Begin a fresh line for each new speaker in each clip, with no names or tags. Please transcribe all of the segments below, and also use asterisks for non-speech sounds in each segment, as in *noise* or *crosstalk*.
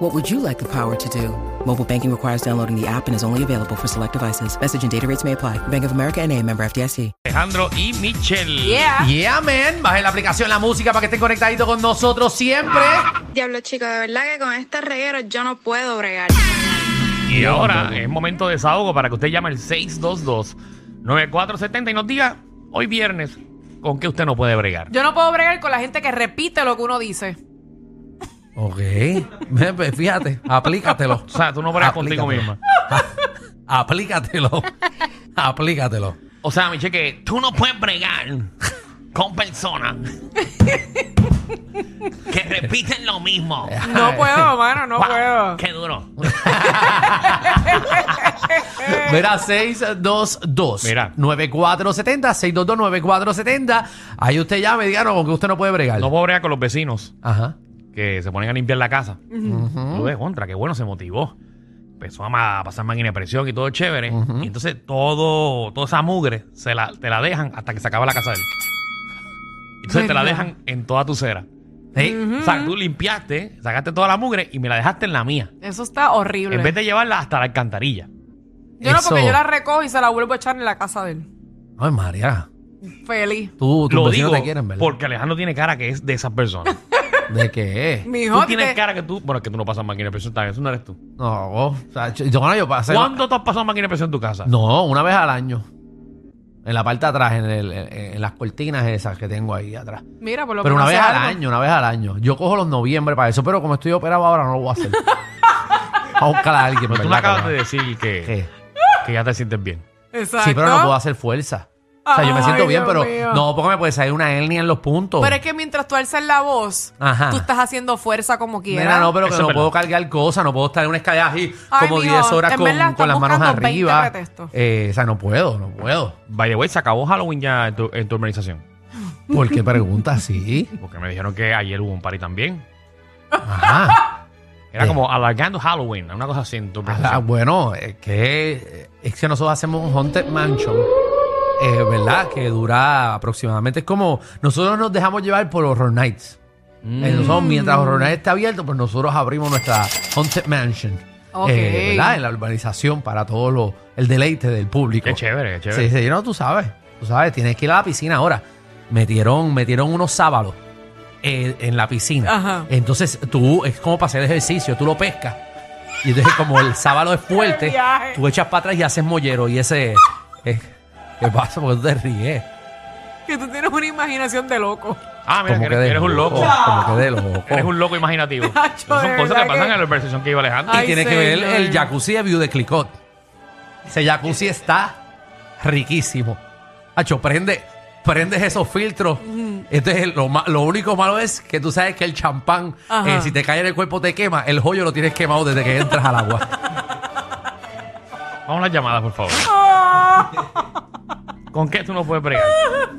What would you like the power to do? Mobile banking requires downloading the app and is only available for select devices. Message and data rates may apply. Bank of America and a member FDIC.
Alejandro y Michelle.
Yeah.
Yeah, man. Bajen la aplicación, la música para que estén conectaditos con nosotros siempre.
Diablo, chico, de verdad que con este reguero yo no puedo bregar.
Y ahora es momento de desahogo para que usted llame al 622-9470 y nos diga hoy viernes con qué usted no puede bregar.
Yo no puedo bregar con la gente que repite lo que uno dice.
Ok. Ve, ve, Fíjate, aplícatelo.
O sea, tú no bregas contigo
Aplícatelo.
misma.
*laughs* Aplícatelo.
*laughs*
Aplícatelo.
O sea, Michelle, que tú no puedes bregar con personas que repiten lo mismo.
No puedo, mano, no
Wow,
puedo.
¡Qué duro!
Mira, 622
Mira.
9470 622 9470 Ahí usted llame y díganos con que usted no puede bregar.
No puedo bregar con los vecinos
Ajá.
que se ponen a limpiar la casa. Lo de contra, qué bueno, se motivó. Empezó a ma- a pasar máquina de presión y todo chévere. Y entonces todo, toda esa mugre se la, te la dejan hasta que se acaba la casa de él. Entonces te la
¿Verdad?
dejan en toda tu cera.
Sí.
O sea, tú limpiaste, sacaste toda la mugre y me la dejaste en la mía.
Eso está horrible.
En vez de llevarla hasta la alcantarilla.
yo no, porque
Eso.
yo la recojo y se la vuelvo a echar en la casa de él.
Ay, María.
Feliz.
Tú, tus
Lo
vecinos
digo
pues te quieren, ¿verdad?
porque Alejandro tiene cara que es de esas personas.
¿De qué?
Mi
tú
hijo
tienes
te-
cara que tú... Bueno, es que tú no pasas máquina de presión también, eso no eres tú.
No, o sea, yo, yo, yo pasé-
¿Cuándo tú has pasado máquina de presión en tu casa?
No, una vez al año. En la parte de atrás, en, el- en- en las cortinas esas que tengo ahí atrás.
Mira, por lo
Pero una
menos
vez
hace
al
algo.
año, una vez al año. Yo cojo los noviembre para eso, pero como estoy operado ahora no lo voy a hacer. Vamos a buscar a alguien,
Pero tú
¿verdad,
le acabas de
cabrón?
decir que,
¿Qué?
que ya te sientes bien.
Exacto.
Sí, pero no puedo hacer fuerza. O sea, yo me
Ay,
siento bien,
Dios
pero
mío.
no, porque me puede salir una hernia en los puntos.
Pero es que mientras tú alzas la voz,
Ajá.
tú estás haciendo fuerza como quieras.
Mira, no, pero que
Eso es
no
verdad.
puedo cargar cosas, no puedo estar en una escalera así
Ay,
como
mijo,
10 horas
en
con,
verdad, estás
con las manos
buscando 20
arriba.
pretextos.
Eh, o sea, no puedo, no puedo.
By the way, se acabó Halloween ya en tu, en tu organización.
¿Por qué preguntas así?
Porque me dijeron que ayer hubo un party también.
Ajá.
Era
Sí.
como alargando Halloween, una cosa así en tu
Ah,
organización.
bueno, es que, es que nosotros hacemos un Haunted Mansion, eh, ¿verdad? Que dura aproximadamente. Es como nosotros nos dejamos llevar por Horror Nights. Eh, nosotros, mientras Horror Nights está abierto, pues nosotros abrimos nuestra Haunted Mansion.
Ok.
eh, ¿Verdad? En la urbanización para todo lo, el deleite del público.
Qué chévere, qué chévere.
Sí, sí, no, tú sabes. Tú sabes, tienes que ir a la piscina ahora. Metieron, metieron unos sábados eh, en la piscina.
Ajá.
Entonces tú, es como para hacer ejercicio, tú lo pescas. Y entonces como el sábado
*laughs*
es
Qué
fuerte,
viaje.
tú echas para atrás y haces mollero. Y ese... eh, ¿Qué pasa? Porque tú te ríes.
Que tú tienes una imaginación de loco. *laughs*
Ah, mira, que eres,
de
eres un loco.
Como que de loco.
Eres un loco
*laughs*
imaginativo.
Tacho,
Esas son
de
cosas que
verdad
pasan
que-
en la organización que iba Alejandro.
Y
Ay,
tienes que ver el,
señor. Eh,
el jacuzzi de View de Clicot. Ese jacuzzi está riquísimo. Hacho, prende, prendes esos filtros. Entonces, lo, ma- lo único malo es que tú sabes que el champán,
Ajá.
eh, si te cae en el cuerpo, te quema. El joyo lo tienes quemado desde que entras al agua.
Vamos a las llamadas, por favor.
*laughs*
¿Con qué tú no puedes bregar?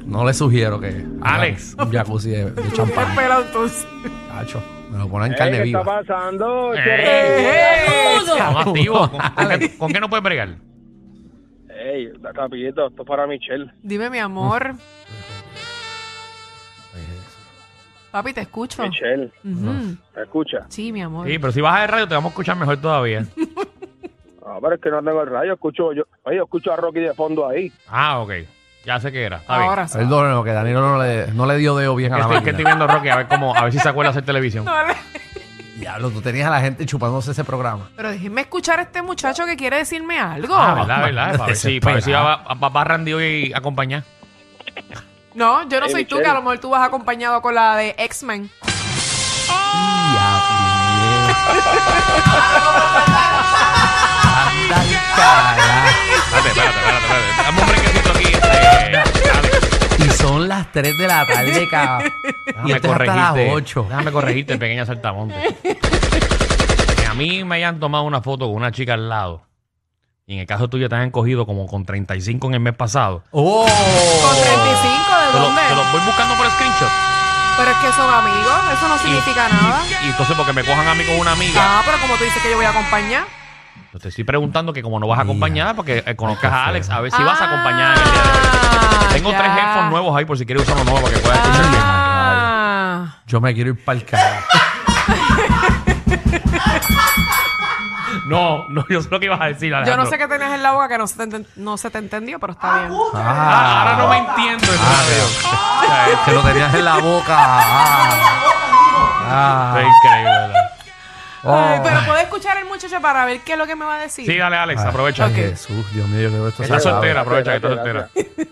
No le sugiero que.
Alex.
hagan Un jacuzzi de, de
Qué
champán.
pelado entonces.
Hacho, me lo ponen en
Ey,
carne
¿Qué está
viva.
pasando?
¡Ey! Estamos
Saludos.
activos. ¿Con, con qué, con qué no puedes bregar?
Ey, rapidito, esto es para Michelle.
Dime, mi amor. Papi, te escucho.
Michelle,
Ah.
Ah,
Ujú.
¿me escucha?
Sí, mi amor.
Sí, pero si vas de radio te vamos a escuchar mejor todavía.
No, Ah, pero es que no tengo el radio, escucho yo. Oye, yo escucho a Rocky de fondo ahí.
Ah, ok. Ya sé qué era. Está bien.
Ahora sí.
Perdónenlo, que Danilo no le, no le dio deo bien a la
Estoy, que
máquina.
estoy viendo a Rocky a ver cómo, a ver si se acuerda hacer televisión.
Diablo, tú tenías a la gente chupándose ese programa.
Pero déjenme escuchar a este muchacho que quiere decirme algo.
Ah, verdad,
*laughs*
verdad. Para ver si,
Desesperado.
para ver si va, va- va Randy hoy a acompañar.
No, yo no
Hey,
soy tú,
Michelle.
que a lo mejor tú vas acompañado con la de X-Men.
Anda al carajo.
Espérate, espérate, espérate. espérate. Dame un brequecito aquí. este, Alex.
Y son las 3 de la tarde, cabrón. Y
Déjame
esto es hasta las 8.
Déjame corregirte, pequeña
*laughs*
saltamonte. Que a mí me hayan tomado una foto con una chica al lado. Y en el caso tuyo te han cogido como con 35 en el mes pasado.
¡Oh!
¿Con 35 de
Te lo-
dónde?
te los voy buscando por screenshot.
Pero es que son amigos, eso no significa nada.
Y entonces porque me cojan a mí con una amiga.
Ah, pero como tú dices que yo voy a acompañar.
Yo te estoy preguntando que como no vas a acompañar, porque eh, conozcas a Alex, a ver si vas a acompañar. en el día de hoy.
Ah,
Tengo
ya.
tres headphones nuevos ahí por si quieres usar uno nuevo para que puedas escuchar bien.
Ah,
*laughs* Yo me quiero ir para el carajo.
No, no, yo sé lo que ibas a decir,
yo
Alejandro.
no sé qué tenías en la boca que no se te, enten- no se te entendió, pero está bien.
Ah, ahora no me
Ah,
entiendo.
Ah,
entonces.
que lo tenías en la boca. Ah,
Está
Ah.
increíble. ¿verdad?
Oh.
Ay, pero puedo escuchar al muchacho para ver qué es lo que me va a decir.
Sí, dale, Alex, aprovecha.
Ay,
Está
Jesús, Dios mío, yo creo que esto se
Está
acaba.
soltera, aprovecha que está soltera.
Gracias,
Dios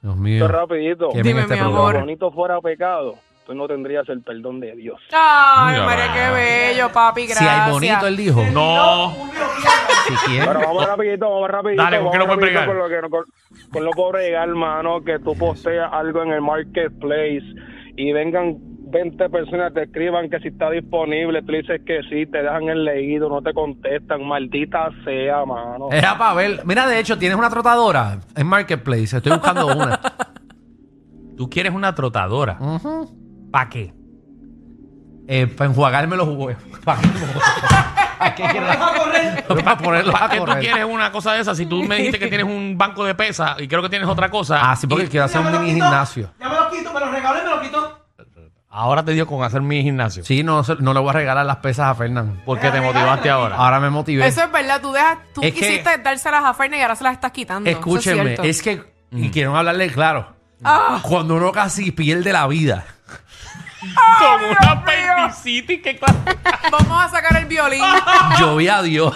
Esto
mío.
es rapidito.
Qué
Dime,
bien este
mi
programa.
Si
amor.
bonito fuera pecado, tú no tendrías el perdón de Dios.
Ay,
Mira,
María, qué
va.
bello, papi,
Si
gracias.
hay bonito, él dijo.
No,
Si quiere.
*laughs*
Pero vamos rapidito, vamos rapidito.
Dale, ¿con qué
vamos
no puedes
rapidito
bregar?
Con lo, que, con, con lo puedo bregar, hermano, que tú posteas algo en el marketplace y vengan 20 personas, te escriban que si está disponible, tú le dices que sí, te dejan el leído, no te contestan, maldita sea, mano.
Eh.
Era para ver. *laughs* Mira, de hecho, tienes una trotadora en Marketplace. Estoy buscando una.
tú quieres una trotadora. ¿Para qué?
Eh, para enjuagarme los *laughs* huevos. ¿Para qué? ¿Para qué quieres? Para ponerlos a
¿Para qué tú
correr.
quieres una cosa de esa? Si tú me dijiste que tienes un banco de pesas y creo que tienes otra cosa.
Ah, sí, porque
y
quiero hacer un mini gimnasio.
Ya me lo quito, me lo regaló y me lo quitó.
Ahora te dio con hacer mi gimnasio.
Sí, no, se- no le voy a regalar las pesas a Fernán.
¿Por qué te motivaste ahora?
Ahora me motivé.
Eso es verdad, tú dejas, tú
Es que-
quisiste dárselas a Ferna y ahora se las estás quitando. Eso es
Escúchenme,
cierto.
es que.
Mm.
Y quiero hablarle claro.
Ah.
Cuando uno casi pierde la vida.
Como una
Dios mío.
apendicitis que clase.
Vamos a sacar el violín.
Yo vi a Dios.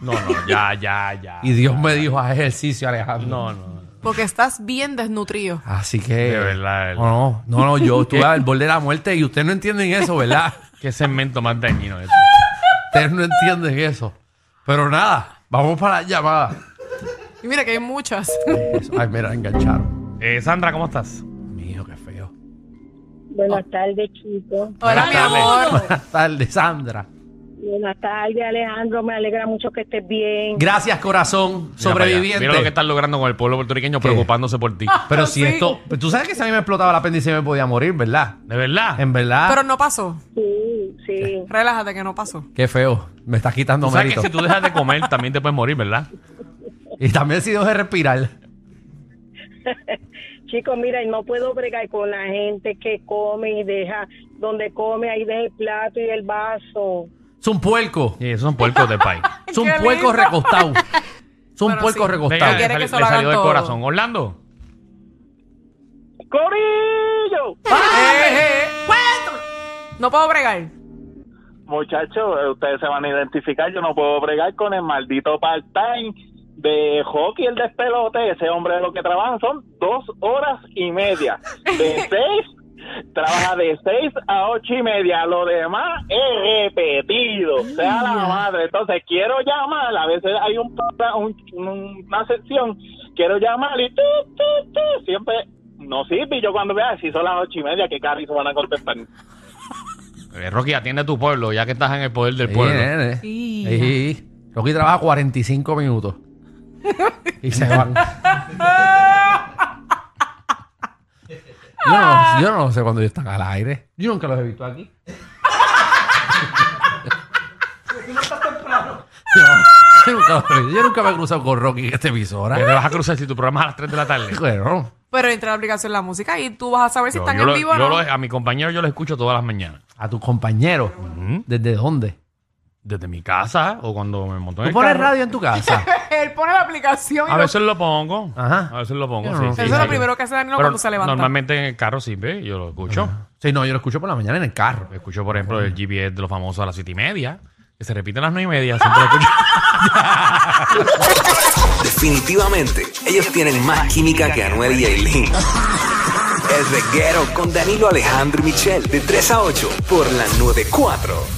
No, no, ya, ya, ya.
Y Dios me dijo, haz ejercicio, Alejandro.
No, no.
Porque estás bien desnutrido.
Así que.
De verdad, de verdad.
No, no,
*laughs*
no, yo estuve al borde de la muerte y ustedes no entienden eso, ¿verdad? *laughs*
Qué segmento más dañino este.
ustedes no entienden eso. Pero nada, vamos para la llamada.
Y mira que hay muchas.
Eso. Ay, mira, engancharon.
Eh, Sandra, ¿cómo estás?
Mío, qué feo.
Buenas tardes, chicos.
Hola, mi amor.
Buenas tardes, Sandra.
Buenas tardes, Alejandro. Me alegra mucho que estés bien.
Gracias, corazón,
Mira para allá.
sobreviviente.
Mira lo que estás logrando con el pueblo puertorriqueño preocupándose por ti.
Pero si
Sí.
esto. pero Tú sabes que si a mí me explotaba el apéndice me podía morir, ¿verdad?
De verdad.
En verdad.
Pero no pasó.
Sí, sí.
Relájate que no pasó.
Qué feo. Me estás quitando
Tú sabes
mérito.
que si tú dejas de comer también te puedes morir, ¿verdad?
Y también si dejo
*laughs*
de respirar.
Chicos, mira, y no puedo bregar con la gente que come y deja donde come, ahí deja el plato y el vaso.
Es un puerco.
Y esos son puercos de
*laughs*
país.
Es un
Qué lindo.
puerco recostado. Es un
Bueno,
puerco
sí.
recostado.
Venga,
le,
quiere
sali-
que se lo
le
hagan
salió del
todo.
corazón. Orlando.
¡Corillo!
Eh, eh. No puedo bregar.
Muchachos, eh, ustedes se van a identificar. Yo no puedo bregar con el maldito part-time de hockey, el despelote. Ese hombre lo que trabaja son dos horas y media. De seis, trabaja de seis a ocho y media. Lo demás es repetido. Sea la madre. Entonces, quiero llamar. A veces hay un, pro- un- un- una sección. Quiero llamar y tu, tu, tu, siempre no sirve. Y yo cuando vea si son las ocho y media, que carrizo van a contestar.
Eh, Rocky, atiende a tu pueblo, ya que estás en el poder del
Sí, eh.
pueblo.
nene.
Sí.
Sí. Rocky trabaja 45 minutos. y se van. yo, no, yo no sé cuándo ellos están al aire. Yo nunca los he visto aquí. No, yo, nunca los he visto. Yo nunca me he cruzado con Rocky en esta
Que te
emisora.
vas a cruzar si tu programa es a las 3 de la
*laughs*
tarde.
Bueno,
Pero entra la aplicación la música y tú vas a saber si
Yo-
están
yo
en
lo-
vivo o
yo
no.
lo- a mi compañero yo lo escucho todas las mañanas.
a tus compañeros. ¿Desde dónde?
Desde mi casa o cuando me monto en
¿Tú
el
pones
carro.
radio en tu casa?
Él pone la aplicación y
A
lo-
veces lo pongo.
Ajá.
A veces lo pongo.
Yo
sí,
no.
sí,
Eso
sí.
es lo primero que hace Danilo
Pero
cuando se levanta.
Normalmente en el carro sí, ve, yo lo escucho.
Sí, no, yo lo escucho por la mañana en el carro.
Lo escucho, por ejemplo, el GPS de los famosos a las 7 y media, que se repite a las 9 y media. Siempre lo escucho.
Definitivamente, ellos tienen más química que Anuel y Aileen. El reguero con Danilo Alejandro y Michel de 3 a 8 por la 94.